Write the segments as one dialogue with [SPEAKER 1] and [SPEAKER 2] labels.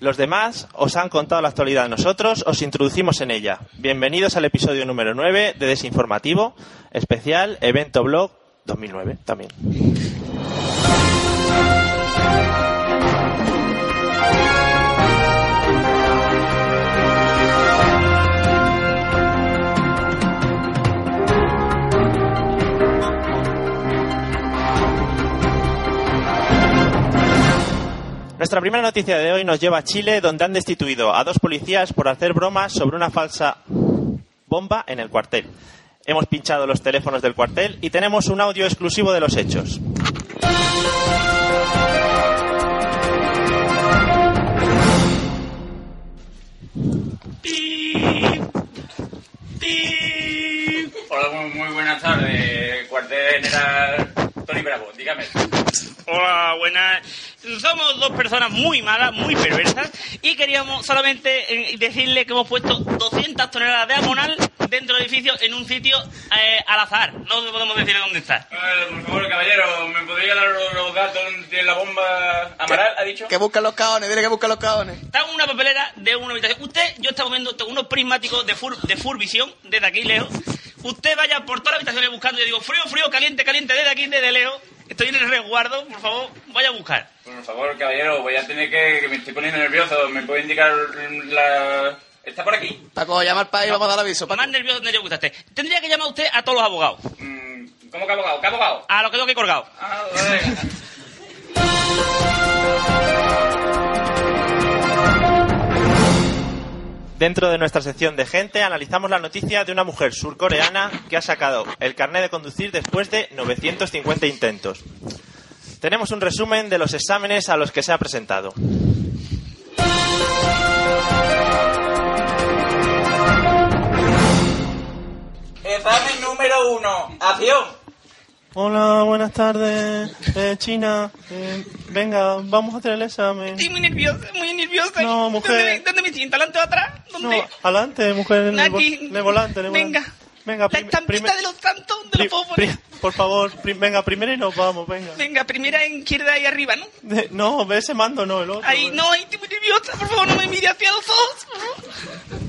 [SPEAKER 1] Los demás os han contado la actualidad. Nosotros os introducimos en ella. Bienvenidos al episodio número 9 de Desinformativo, especial Evento Blog 2009 también. Nuestra primera noticia de hoy nos lleva a Chile, donde han destituido a dos policías por hacer bromas sobre una falsa bomba en el cuartel. Hemos pinchado los teléfonos del cuartel y tenemos un audio exclusivo de los hechos.
[SPEAKER 2] Hola, muy, muy buenas tardes, cuartel general Tony Bravo, dígame.
[SPEAKER 3] Hola, buenas. Somos dos personas muy malas, muy perversas, y queríamos solamente eh, decirle que hemos puesto 200 toneladas de amonal dentro del edificio en un sitio eh, al azar. No podemos decirle dónde está.
[SPEAKER 2] Eh, por favor, caballero, ¿me podría dar los, los datos de la bomba Amaral, ha dicho?
[SPEAKER 4] Que buscan los caones, dile que buscan los caones.
[SPEAKER 3] Está en una papelera de una habitación. Usted, yo estaba viendo tengo unos prismáticos de, fur, de Furvisión, desde aquí lejos. Usted vaya por todas las habitaciones buscando. Yo digo, frío, frío, caliente, caliente, desde aquí, desde lejos. Estoy en el resguardo, por favor, vaya a buscar.
[SPEAKER 2] Por favor, caballero, voy a tener que... que me estoy poniendo nervioso, ¿me puede indicar la... ¿Está por aquí?
[SPEAKER 4] Paco, llama al país y vamos a dar aviso. Paco.
[SPEAKER 3] Más nervioso tendría que usted. Tendría que llamar usted a todos los abogados.
[SPEAKER 2] Mm, ¿Cómo que abogado? ¿Qué abogado?
[SPEAKER 3] A lo que tengo que he colgado.
[SPEAKER 2] Ah, venga.
[SPEAKER 1] Dentro de nuestra sección de gente analizamos la noticia de una mujer surcoreana que ha sacado el carnet de conducir después de 950 intentos. Tenemos un resumen de los exámenes a los que se ha presentado.
[SPEAKER 2] Examen número uno, acción.
[SPEAKER 1] Hola, buenas tardes. eh, China, Eh, venga, vamos a hacer el examen.
[SPEAKER 3] Estoy muy nerviosa, muy nerviosa.
[SPEAKER 1] No, mujer.
[SPEAKER 3] ¿Dónde, dónde me siento? ¿Alante o atrás? ¿Dónde?
[SPEAKER 1] adelante, mujer, en
[SPEAKER 3] el vo- Aquí. en el volante, en el volante. Venga.
[SPEAKER 1] Venga,
[SPEAKER 3] La estampita de los santos de los pobres.
[SPEAKER 1] por favor, venga, primero y nos vamos, venga.
[SPEAKER 3] Venga, primera izquierda ahí arriba, ¿no?
[SPEAKER 1] De- no, ve ese mando, no, el otro. eh.
[SPEAKER 3] Ahí, no, ahí estoy muy nerviosa. Por favor, no me mire hacia los ojos. por favor.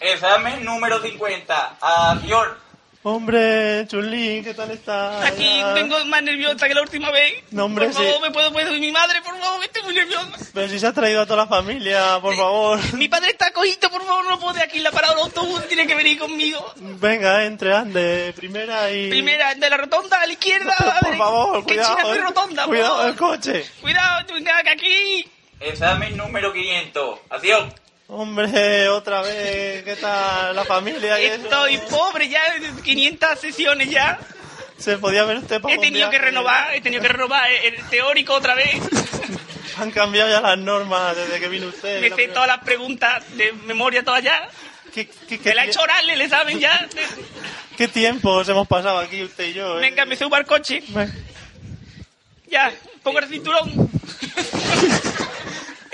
[SPEAKER 2] Examen número 50, acción.
[SPEAKER 1] Hombre, Chulín, ¿qué tal estás?
[SPEAKER 3] Aquí vengo más nerviosa que la última vez.
[SPEAKER 1] No, hombre,
[SPEAKER 3] Por favor,
[SPEAKER 1] sí.
[SPEAKER 3] me puedo poner mi madre, por favor, que estoy muy nerviosa.
[SPEAKER 1] Pero si se ha traído a toda la familia, por favor.
[SPEAKER 3] Mi padre está cojito, por favor, no puede aquí en la parada del autobús, tiene que venir conmigo.
[SPEAKER 1] Venga, entre, ande. Primera y...
[SPEAKER 3] Primera, de la rotonda a la izquierda. a
[SPEAKER 1] Por
[SPEAKER 3] ver,
[SPEAKER 1] favor,
[SPEAKER 3] que
[SPEAKER 1] cuidado.
[SPEAKER 3] China muy
[SPEAKER 1] eh.
[SPEAKER 3] rotonda, por
[SPEAKER 1] cuidado
[SPEAKER 3] favor.
[SPEAKER 1] el coche.
[SPEAKER 3] Cuidado, tú, venga, que aquí.
[SPEAKER 2] Examen número 500, acción.
[SPEAKER 1] Hombre, otra vez, ¿qué tal la familia? y eso?
[SPEAKER 3] Estoy pobre ya, 500 sesiones ya.
[SPEAKER 1] Se podía ver usted para
[SPEAKER 3] He tenido que renovar, he tenido que renovar el el teórico otra vez.
[SPEAKER 1] Han cambiado ya las normas desde que vino usted.
[SPEAKER 3] Me
[SPEAKER 1] La
[SPEAKER 3] sé
[SPEAKER 1] primera-
[SPEAKER 3] todas las preguntas de memoria todas ya.
[SPEAKER 1] ¿Qué, qué- qué
[SPEAKER 3] Me la he
[SPEAKER 1] tie-
[SPEAKER 3] hecho oral, le saben ya.
[SPEAKER 1] qué tiempos hemos pasado aquí usted y yo? eh?
[SPEAKER 3] Venga, me subo al coche.
[SPEAKER 1] Ven.
[SPEAKER 3] Ya, pongo el cinturón.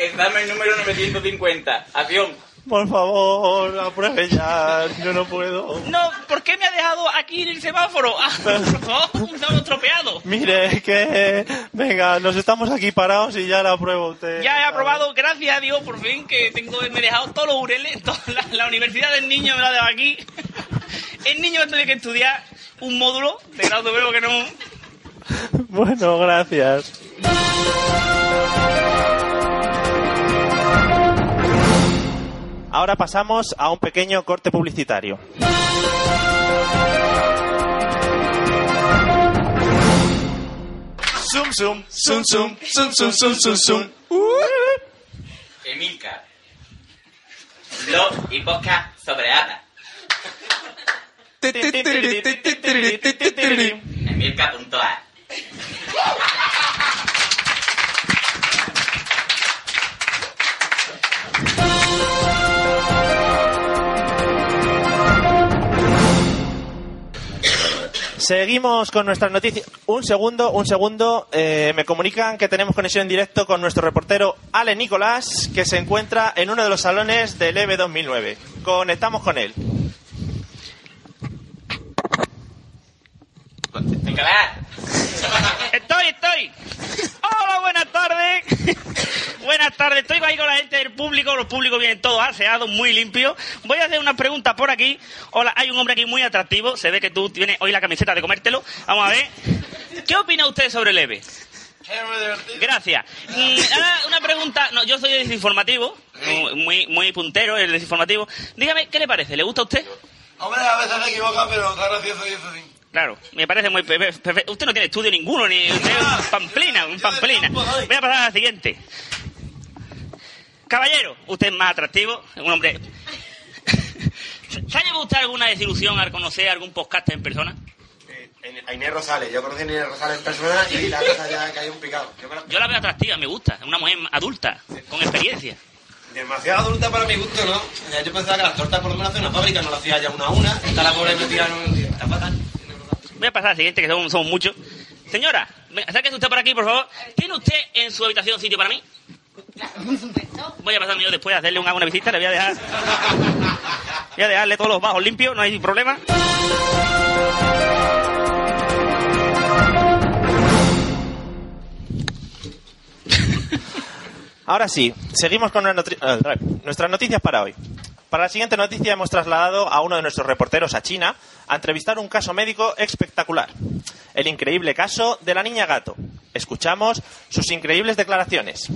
[SPEAKER 2] Examen número 950, acción.
[SPEAKER 1] Por favor, apruebe ya. Yo no puedo.
[SPEAKER 3] No, ¿por qué me ha dejado aquí en el semáforo? Ah, por favor, un semáforo estropeado.
[SPEAKER 1] Mire, que. Venga, nos estamos aquí parados y ya la aprueba usted.
[SPEAKER 3] Ya he aprobado, gracias a Dios, por fin, que tengo, me he dejado todos los ureles. toda la, la universidad del niño me la ha dejado aquí. El niño va a tener que estudiar un módulo de grado veo que no.
[SPEAKER 1] Bueno, gracias. Ahora pasamos a un pequeño corte publicitario.
[SPEAKER 4] Zoom, zoom, zoom, zoom, zoom, zoom, zoom, zoom, zoom.
[SPEAKER 2] Emilcar. Blog y podcast sobre ATA.
[SPEAKER 4] Ti, ti, ti, ti, ti, ti, ti, ti, ti, ti, ti.
[SPEAKER 2] Emilcar.a.
[SPEAKER 1] Seguimos con nuestras noticias. Un segundo, un segundo. Eh, me comunican que tenemos conexión en directo con nuestro reportero Ale Nicolás, que se encuentra en uno de los salones del EVE 2009. Conectamos con él.
[SPEAKER 2] Nicolás.
[SPEAKER 3] Estoy, estoy. Hola, buenas tardes. Buenas tardes. Estoy ahí con la gente del público. Los públicos vienen todos aseados, muy limpios. Voy a hacer una pregunta por aquí. Hola, hay un hombre aquí muy atractivo. Se ve que tú tienes hoy la camiseta de comértelo. Vamos a ver. ¿Qué opina usted sobre el EVE?
[SPEAKER 2] Es muy divertido.
[SPEAKER 3] Gracias. Mm, ahora una pregunta. No, yo soy desinformativo, muy, muy puntero el desinformativo. Dígame, ¿qué le parece? ¿Le gusta a usted?
[SPEAKER 5] Hombre, a veces se equivoca, pero está gracioso y eso sí.
[SPEAKER 3] Claro, me parece muy pe- pe- pe- Usted no tiene estudio ninguno, ni usted es un pamplina, un pamplina. Voy a pasar a la siguiente. Caballero, usted es más atractivo, es un hombre. ¿Se ha llevado usted alguna desilusión al conocer algún podcast en persona?
[SPEAKER 5] En- A Inés Rosales, yo conocí a Inés Rosales en persona y la cosa ya cayó un picado. Yo me la-
[SPEAKER 3] Yo la veo atractiva, me gusta, es una mujer adulta, con experiencia.
[SPEAKER 5] Demasiado adulta para mi gusto, ¿no? O sea, Yo pensaba que las tortas por lo menos hacía una fábrica, no las hacía ya una a una. Está la pobre metida en un... Está fatal.
[SPEAKER 3] Voy a pasar a la siguiente, que somos, somos muchos. Señora, ven- acérquese usted por aquí, por favor. ¿Tiene usted en su habitación sitio para mí?
[SPEAKER 6] Claro, por supuesto.
[SPEAKER 3] Voy a pasar yo después a hacerle un- una visita, le voy a dejar. Voy a dejarle todos los bajos limpios, no hay problema.
[SPEAKER 1] Ahora sí, seguimos con una notri- ah, otra vez. nuestras noticias para hoy. Para la siguiente noticia hemos trasladado a uno de nuestros reporteros a China a entrevistar un caso médico espectacular. El increíble caso de la niña gato. Escuchamos sus increíbles declaraciones.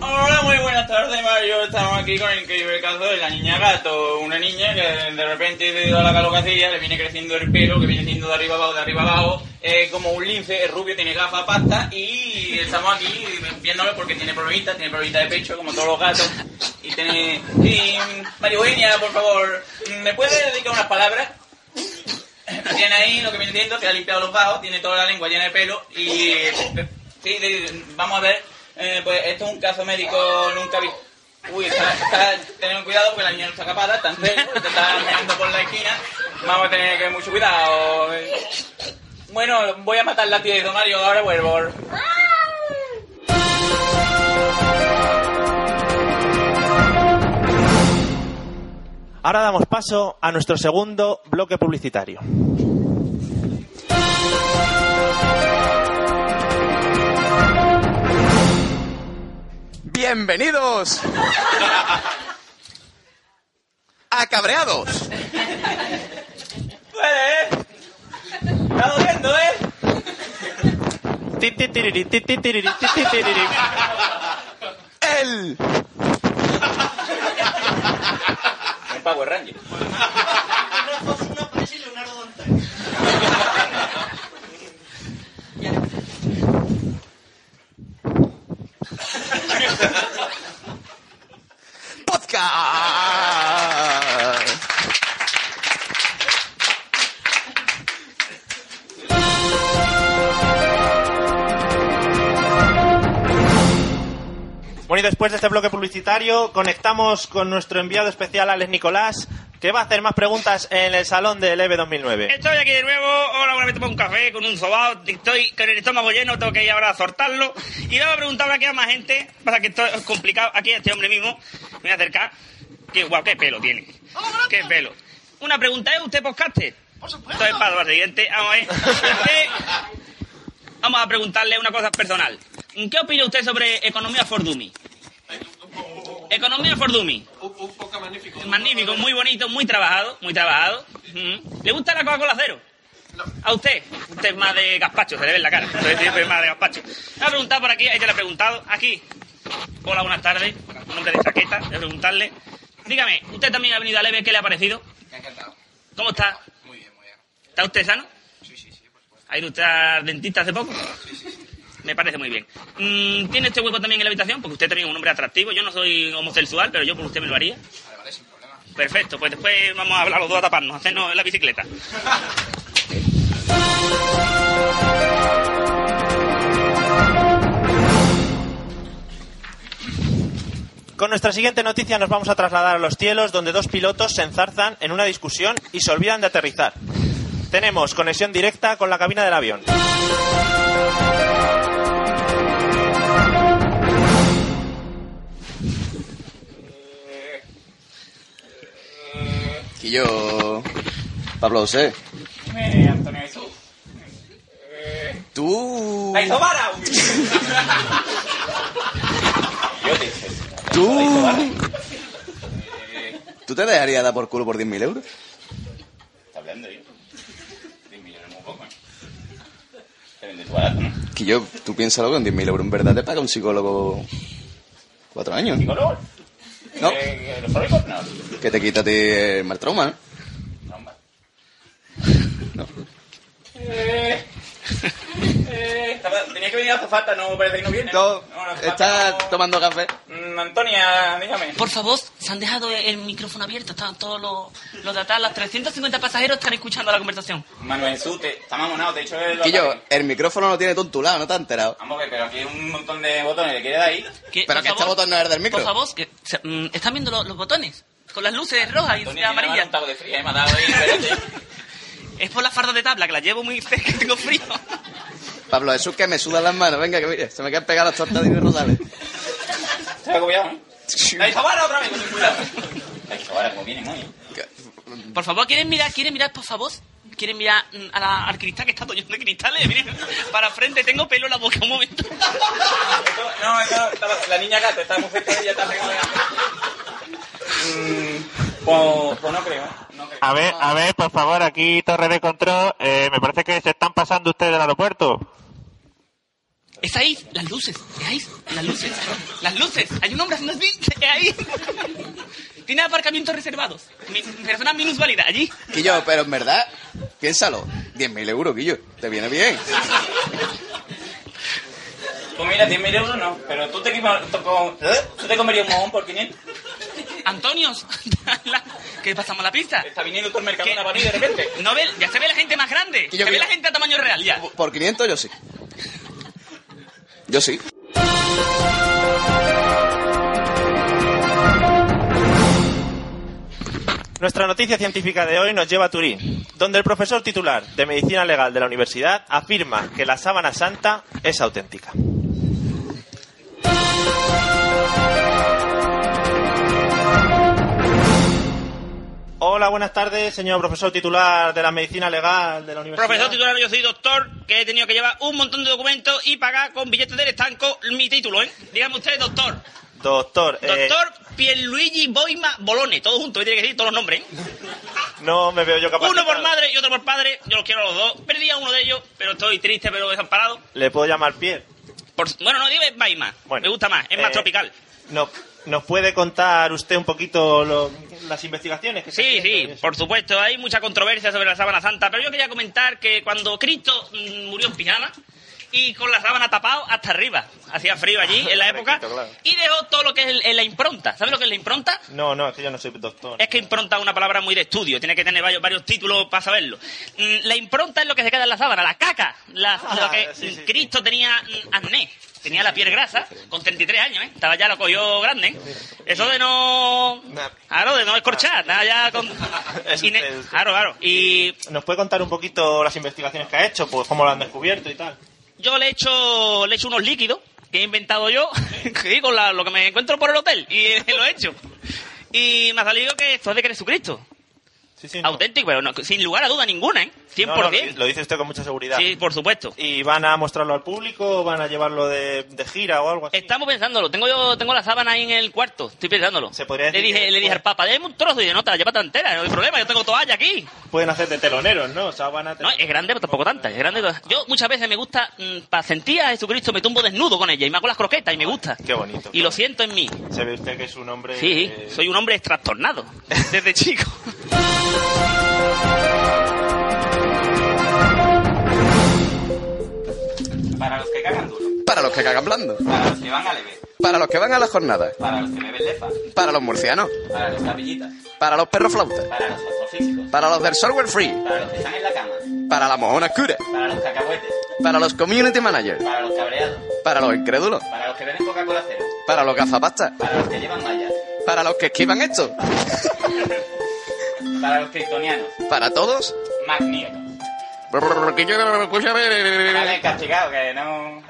[SPEAKER 2] Hola, muy buenas tardes, Mario. Estamos aquí con el increíble caso de la niña gato. Una niña que de repente debido a la calocacía le viene creciendo el pelo, que viene siendo de arriba abajo, de arriba abajo, eh, como un lince, es rubio, tiene gafas, pasta y estamos aquí viéndome porque tiene problemitas, tiene problemitas de pecho, como todos los gatos. Y tiene... Y, María Eugenia, por favor, ¿me puede dedicar unas palabras? La tiene ahí, lo que me entiendo, se ha limpiado los bajos, tiene toda la lengua llena de pelo y... eh, sí, de- vamos a ver, eh, pues esto es un caso médico nunca visto. Uy, está, está- tened cuidado porque la niña no está capada, está en serio, se está mirando por la esquina. Vamos a tener que tener mucho cuidado. eh. Bueno, voy a matar la tía de Don Mario, ahora vuelvo.
[SPEAKER 1] Ahora damos paso a nuestro segundo bloque publicitario.
[SPEAKER 4] Bienvenidos a Cabreados.
[SPEAKER 2] Duele, ¿eh? Está doliendo, ¿eh?
[SPEAKER 1] Ti, ti, tiriri, ti, ti, tiriri, ti, ti, tiriri.
[SPEAKER 4] El
[SPEAKER 2] Un Power Ranger.
[SPEAKER 4] podcast.
[SPEAKER 1] Bueno, y después de este bloque publicitario, conectamos con nuestro enviado especial, Alex Nicolás, que va a hacer más preguntas en el salón del EVE 2009.
[SPEAKER 3] Estoy aquí de nuevo, ahora bueno, me tomo un café con un sobao, estoy con el estómago lleno, tengo que ir ahora a sortarlo. Y vamos a preguntarle aquí a más gente, pasa que esto es complicado, aquí este hombre mismo, me voy a acercar. Qué guau, qué pelo tiene. Qué pelo. Una pregunta, ¿es usted podcaster?
[SPEAKER 6] Por supuesto.
[SPEAKER 3] Entonces, para el siguiente, vamos a ver. Usted- vamos a preguntarle una cosa personal. ¿Qué opina usted sobre Economía for Dummy? Economía for Dummy.
[SPEAKER 5] Un, poco magnífico.
[SPEAKER 3] Magnífico, muy bonito, muy trabajado, muy trabajado. Ujú. ¿Le gusta la Coca-Cola cero? ¿A usted? Usted es más de gazpacho, se le ve en la cara. Usted siempre es más de gazpacho. Le ha preguntado por aquí, ahí te la ha preguntado. Aquí. Hola, buenas tardes. Un hombre de chaqueta, voy a preguntarle. Dígame, ¿usted también ha venido a Leve? ¿Qué le ha parecido?
[SPEAKER 5] Me ha encantado.
[SPEAKER 3] ¿Cómo está?
[SPEAKER 5] Muy bien, muy bien.
[SPEAKER 3] ¿Está usted sano?
[SPEAKER 5] Sí, sí, sí, por supuesto.
[SPEAKER 3] ¿Ha ido usted al dentista hace poco? Me parece muy bien. Mm, ¿Tiene este hueco también en la habitación? Porque usted también es un hombre atractivo. Yo no soy homosexual, pero yo por usted me lo haría.
[SPEAKER 5] Vale, vale, sin problema.
[SPEAKER 3] Perfecto, pues después vamos a hablar los dos a taparnos, a hacernos en la bicicleta.
[SPEAKER 1] Con nuestra siguiente noticia nos vamos a trasladar a los cielos, donde dos pilotos se enzarzan en una discusión y se olvidan de aterrizar. Tenemos conexión directa con la cabina del avión.
[SPEAKER 4] Quillo. Pablo José.
[SPEAKER 2] Eh, Antonio Jesús. Eh,
[SPEAKER 7] Tú.
[SPEAKER 2] ¡La Isobara!
[SPEAKER 5] Yo dije.
[SPEAKER 7] Tú.
[SPEAKER 5] ¿vale?
[SPEAKER 7] ¿Tú te dejarías dar por culo por 10.000 euros?
[SPEAKER 5] ¿Está hablando
[SPEAKER 2] ¿eh?
[SPEAKER 5] yo? 10 millones muy poco, ¿eh? Te vende tu barato, ¿no?
[SPEAKER 7] Que yo, tú piénsalo, con 10.000 euros en verdad te paga un psicólogo cuatro años.
[SPEAKER 5] ¿Y color?
[SPEAKER 7] No,
[SPEAKER 5] Eh, ¿Los ricos? No.
[SPEAKER 7] que te quita a ti el mal trauma, ¿eh?
[SPEAKER 5] No, hombre.
[SPEAKER 7] No.
[SPEAKER 2] Eh, Estaba- Tenías que venir a Zafata, no parece que no viene.
[SPEAKER 7] No,
[SPEAKER 2] azafata
[SPEAKER 7] está
[SPEAKER 2] no.
[SPEAKER 7] tomando café.
[SPEAKER 2] Mm, Antonia, dígame.
[SPEAKER 3] Por favor, se han dejado el micrófono abierto. Están todos los, los de atrás. Los 350 pasajeros están escuchando la conversación.
[SPEAKER 2] Manuel Jesús, te, está mamonado, te he hecho el...
[SPEAKER 7] Que yo, el micrófono lo tiene todo en tu lado, no te has enterado.
[SPEAKER 2] Vamos, que- pero aquí hay un montón de botones, ¿le quieres dar ahí?
[SPEAKER 3] Que,
[SPEAKER 7] Pero
[SPEAKER 3] por
[SPEAKER 7] que este
[SPEAKER 3] favor,
[SPEAKER 7] botón no es el del micro.
[SPEAKER 3] Por favor, que, se- mm, están viendo lo- los botones. Con las luces rojas y
[SPEAKER 2] Antonia, tiene
[SPEAKER 3] amarillas.
[SPEAKER 2] un taco de fría, ¿eh? me ha dado ahí, espérate.
[SPEAKER 3] Es por la farda de tabla, que la llevo muy cerca y tengo frío.
[SPEAKER 7] Pablo, eso que me sudan las manos. Venga, que mire, se me quedan pegadas las tortas de Iber Rosales.
[SPEAKER 2] Se va cuidado, ¿eh? ¡La Isobara otra vez! con cuidado. La Isobara, como viene, muy.
[SPEAKER 3] Por favor, ¿quieren mirar? ¿Quieren mirar, por favor? ¿Quieren mirar mm, a la, al cristal que está toñando de cristales? Miren, para frente, tengo pelo en la boca un momento.
[SPEAKER 2] Esto- No, esto- estaba- la niña gato está muy cerca y ya está pegada. Mm, pues, pues no creo, ¿eh? No creo.
[SPEAKER 4] A ver, a ver, por favor, aquí Torre de Control. eh, me parece que se están pasando ustedes del aeropuerto.
[SPEAKER 3] Es ahí, las luces, es ahí, las luces, las luces. Hay un hombre haciendo spin, es ahí. Tiene aparcamientos reservados. Mi, persona minusválida, allí.
[SPEAKER 7] Quillo, pero en verdad, piénsalo. 10.000 euros, Quillo. Te viene bien.
[SPEAKER 2] Pues mira, 10.000 euros no, pero tú te, quima- to- con- ¿Eh? ¿Tú te comerías un mojón por 500.
[SPEAKER 3] Antonio, que pasamos la pista.
[SPEAKER 2] Está viniendo todo el mercado
[SPEAKER 3] ¿Qué?
[SPEAKER 2] una de repente.
[SPEAKER 3] No ve, ya se ve la gente más grande.
[SPEAKER 7] Y yo
[SPEAKER 3] Se ve
[SPEAKER 7] vi-
[SPEAKER 3] la gente a tamaño real, ya.
[SPEAKER 7] Por 500 yo sí. Yo sí.
[SPEAKER 1] Nuestra noticia científica de hoy nos lleva a Turín, donde el profesor titular de Medicina Legal de la universidad afirma que la sábana santa es auténtica. Hola, buenas tardes, señor profesor titular de la Medicina Legal de la universidad.
[SPEAKER 3] Profesor titular, yo soy doctor, que he tenido que llevar un montón de documentos y pagar con billetes del estanco mi título, ¿eh? Dígame usted, doctor.
[SPEAKER 1] Doctor, eh,
[SPEAKER 3] Doctor Pierluigi Boima Bolone, todo junto, me tiene que decir todos los nombres. ¿eh?
[SPEAKER 1] no me veo yo capaz.
[SPEAKER 3] Uno por madre y otro por padre, yo los quiero a los dos. Perdí a uno de ellos, pero estoy triste, pero desamparado.
[SPEAKER 1] Le puedo llamar Pierre.
[SPEAKER 3] Por- Bueno, no digo Boima,
[SPEAKER 1] Bueno,
[SPEAKER 3] me gusta más, es más
[SPEAKER 1] eh,
[SPEAKER 3] tropical.
[SPEAKER 1] No, ¿Nos puede contar usted un poquito lo- las investigaciones que se
[SPEAKER 3] Sí,
[SPEAKER 1] hacen
[SPEAKER 3] sí,
[SPEAKER 1] y eso?
[SPEAKER 3] por supuesto, hay mucha controversia sobre la sábana santa, pero yo quería comentar que cuando Cristo mm, murió en pijama y con la sábana tapado hasta arriba, hacía frío allí en la época,
[SPEAKER 1] Fresquito, claro.
[SPEAKER 3] y dejó todo lo que es el- el- la impronta. ¿Sabes lo que es la impronta?
[SPEAKER 1] No, no, es que yo no soy doctor.
[SPEAKER 3] Es que impronta es una palabra muy de estudio, tiene que tener varios, varios títulos para saberlo. Mm, La impronta es lo que se queda en la sábana, la caca, la,
[SPEAKER 1] Ah,
[SPEAKER 3] lo que
[SPEAKER 1] sí, sí,
[SPEAKER 3] mm, Cristo tenía mm, acné. Tenía la piel grasa, con 33 años, ¿eh? Estaba ya lo cogió grande, ¿eh? Eso de no...
[SPEAKER 1] Nah. Ah.
[SPEAKER 3] Claro, de no escorchar, estaba ya con...
[SPEAKER 1] Es
[SPEAKER 3] y ne-
[SPEAKER 1] usted, es usted.
[SPEAKER 3] Claro, claro. Y
[SPEAKER 1] ¿Nos puede contar un poquito las investigaciones que ha hecho? Pues cómo lo han descubierto y tal.
[SPEAKER 3] yo le he hecho, le he hecho unos líquidos que he inventado yo, sí, con la- lo que me encuentro por el hotel, y eh, lo he hecho. Y me ha salido que esto es de Jesucristo.
[SPEAKER 1] Sí, sí, no.
[SPEAKER 3] Auténtico, pero no- sin lugar a duda ninguna, ¿eh? 100%.
[SPEAKER 1] No, no, lo di- lo dice usted con mucha seguridad.
[SPEAKER 3] Sí, por supuesto.
[SPEAKER 1] ¿Y van a mostrarlo al público? ¿Van a llevarlo de, de gira o algo así?
[SPEAKER 3] Estamos pensándolo. Tengo yo tengo la sábana ahí en el cuarto. Estoy pensándolo.
[SPEAKER 1] Se podría
[SPEAKER 3] le
[SPEAKER 1] decir
[SPEAKER 3] dije,
[SPEAKER 1] que- pues
[SPEAKER 3] le dije al papa, déme un trozo y de nota, llévate entera, no hay problema, yo tengo toalla aquí.
[SPEAKER 1] Pueden hacer de teloneros, ¿no? O sea, van a...
[SPEAKER 3] No, eh. es grande, pero tampoco tanta, es grande. Yo muchas veces me gusta, para sentir a Jesucristo, me tumbo desnudo con ella y me hago las croquetas y me gusta.
[SPEAKER 1] Qué bonito.
[SPEAKER 3] Y lo siento en mí.
[SPEAKER 1] Se ve usted que es un hombre...
[SPEAKER 3] Sí,
[SPEAKER 1] eh,
[SPEAKER 3] soy un hombre trastornado desde chico.
[SPEAKER 2] Para los que cagan duro,
[SPEAKER 7] Para los que cagan blando.
[SPEAKER 2] para los que van a leve,
[SPEAKER 7] Para los que van a las jornadas.
[SPEAKER 2] para los que beben lefa,
[SPEAKER 7] Para los murcianos.
[SPEAKER 2] para los capillitas,
[SPEAKER 7] Para los perros flautas.
[SPEAKER 2] para los astrofísicos,
[SPEAKER 7] Para los del software free.
[SPEAKER 2] para los que están en la cama,
[SPEAKER 7] Para la mojona cura.
[SPEAKER 2] para los cacahuetes,
[SPEAKER 7] Para los community managers.
[SPEAKER 2] para los cabreados,
[SPEAKER 7] Para los incrédulos.
[SPEAKER 2] para los que beben Coca-Cola cero,
[SPEAKER 7] Para los gafapastas.
[SPEAKER 2] para los que llevan mallas,
[SPEAKER 7] Para los que esquivan esto.
[SPEAKER 2] para los kryptonianos,
[SPEAKER 7] Para todos.
[SPEAKER 2] magnieto.
[SPEAKER 7] Que yo- escúchame.
[SPEAKER 2] Dale, castigado, que no...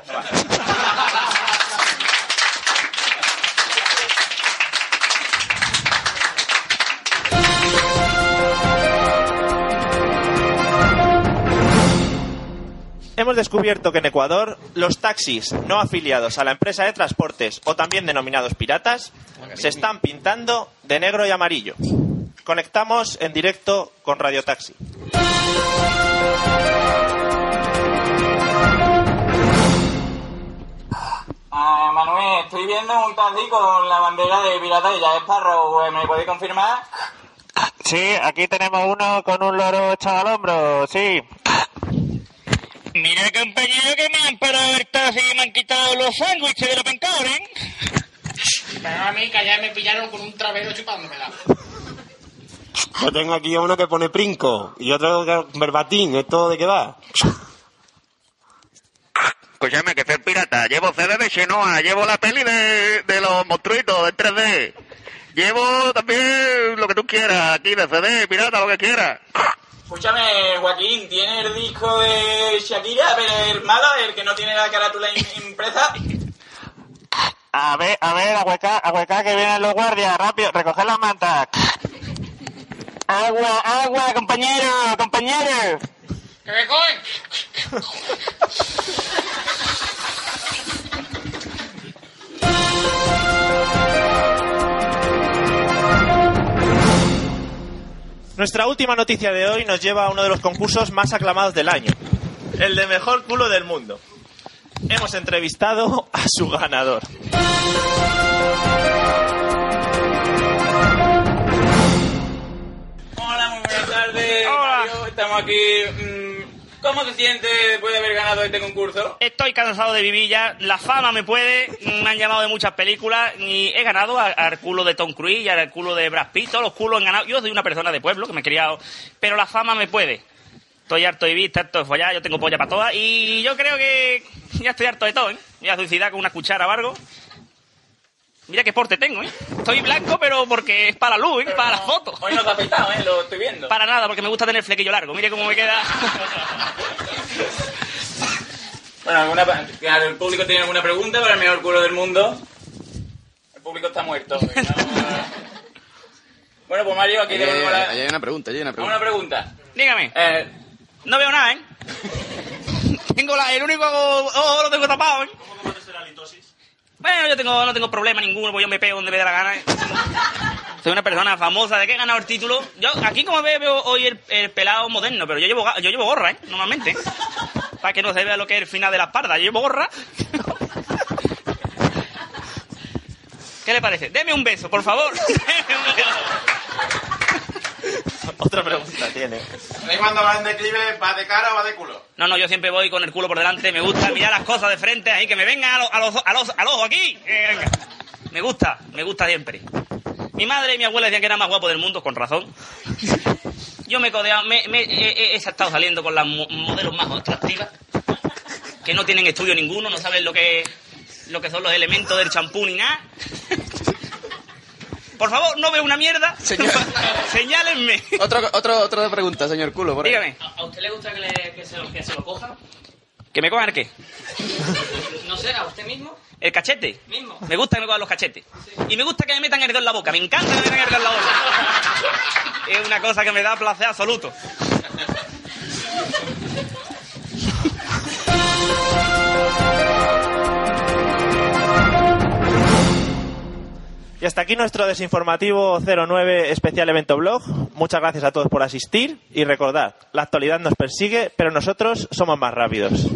[SPEAKER 1] hemos descubierto que en Ecuador los taxis no afiliados a la empresa de transportes o también denominados piratas se están pintando de negro y amarillo. Conectamos en directo con Radio Taxi.
[SPEAKER 8] Ah, Manuel, estoy viendo un taxi con la bandera de pirata de Jack Sparrow. ¿eh? ¿Me podéis confirmar?
[SPEAKER 9] Sí, aquí tenemos uno con un loro echado al hombro, sí. Mira, compañero, que me han parado el taxi y me han quitado los sándwiches de los pencadores.
[SPEAKER 10] Pero a mí que allá me pillaron con un travero chupándomela.
[SPEAKER 11] Yo tengo aquí a uno que pone princo y otro que verbatín. ¿Esto de qué va?
[SPEAKER 7] Escúchame, que soy pirata. Llevo CD de Xenoa, llevo la peli de, de los monstruitos de 3D. Llevo también lo que tú quieras, aquí de CD, pirata, lo que quieras.
[SPEAKER 8] Escúchame, Joaquín, tiene el disco de Shakira, pero el malo, el que no tiene la carátula im- impresa.
[SPEAKER 9] A ver, a ver, ahueca, ahueca, que vienen los guardias, rápido, recoger las mantas. Agua, agua, compañero, compañero.
[SPEAKER 10] ¡Que me cogen!
[SPEAKER 1] Nuestra última noticia de hoy nos lleva a uno de los concursos más aclamados del año, el de mejor culo del mundo. Hemos entrevistado a su ganador.
[SPEAKER 8] Hola, muy buenas tardes. Mario. Estamos aquí. mm, ¿Cómo te sientes después de haber ganado este concurso?
[SPEAKER 3] Estoy cansado de vivir ya, la fama me puede, me han llamado de muchas películas y he ganado a- al culo de Tom Cruise y al culo de Brad Pitt, todos los culos han ganado. Yo soy una persona de pueblo que me he criado, pero la fama me puede. Estoy harto de vivir, estoy harto de follar, yo tengo polla para todas y yo creo que ya estoy harto de todo, ¿eh? Voy a suicidar con una cuchara o algo. Mira qué porte tengo, ¿eh? Estoy blanco, pero porque es para la luz, ¿eh? Para las fotos.
[SPEAKER 8] Hoy no te ha afectado, ¿eh? Lo estoy viendo.
[SPEAKER 3] Para nada, porque me gusta tener flequillo largo. Mire cómo me queda.
[SPEAKER 8] Bueno, alguna, claro, ¿el público tiene alguna pregunta para el mejor culo del mundo? El público está muerto. hoy, ¿no? eh. bueno, pues Mario, aquí
[SPEAKER 12] Ahí
[SPEAKER 8] te vuelvo a la-
[SPEAKER 12] ahí hay una pregunta, ahí hay una
[SPEAKER 8] una
[SPEAKER 12] pregunta.
[SPEAKER 8] pregunta.
[SPEAKER 3] Dígame.
[SPEAKER 8] Eh,
[SPEAKER 3] No veo nada, ¿eh? tengo la, el único ojo lo tengo tapado, ¿eh? ¿Cómo Bueno, yo tengo, no tengo problema ninguno, porque yo me pego donde me dé la gana. ¿eh? Soy una persona famosa, ¿de qué he ganado el título? Yo, aquí como ve, veo hoy el, el pelado moderno, pero yo llevo, ga- yo llevo gorra, ¿eh? Normalmente. Para que no se vea lo que es el final de la espalda. Yo llevo gorra. ¿Qué le parece? Deme un beso, por favor. Deme un beso.
[SPEAKER 1] Otra pregunta tiene.
[SPEAKER 5] ¿Sabéis cuando vas en declive, va de cara o va de culo?
[SPEAKER 3] No, no, yo siempre voy con el culo por delante. Me gusta mirar las cosas de frente ahí, que me vengan a los, a los, a los- al ojo aquí. Eh, venga. Me gusta, me gusta siempre. Mi madre y mi abuela decían que era más guapo del mundo, con razón. Yo me he codeado, me, me- he, he- he estado saliendo con las mo- modelos más atractivas, que no tienen estudio ninguno, no saben lo que, lo que son los elementos del champú ni nada. Por favor, no veo una mierda.
[SPEAKER 12] Señor.
[SPEAKER 3] Señálenme.
[SPEAKER 12] Otro, otro, otra pregunta, señor culo, por ahí.
[SPEAKER 3] Dígame.
[SPEAKER 13] ¿A usted le gusta que, le- que se, lo, que se lo cojan?
[SPEAKER 3] ¿Que me cojan el qué?
[SPEAKER 13] No sé, ¿a usted mismo?
[SPEAKER 3] ¿El cachete?
[SPEAKER 13] Mismo.
[SPEAKER 3] Me gusta que me cojan los cachetes. Y me gusta que me metan el dedo en la boca. Me encanta que me metan el dedo en la boca. Es una cosa que me da placer absoluto.
[SPEAKER 1] Y hasta aquí nuestro desinformativo 09 especial evento blog. Muchas gracias a todos por asistir y recordad, la actualidad nos persigue, pero nosotros somos más rápidos.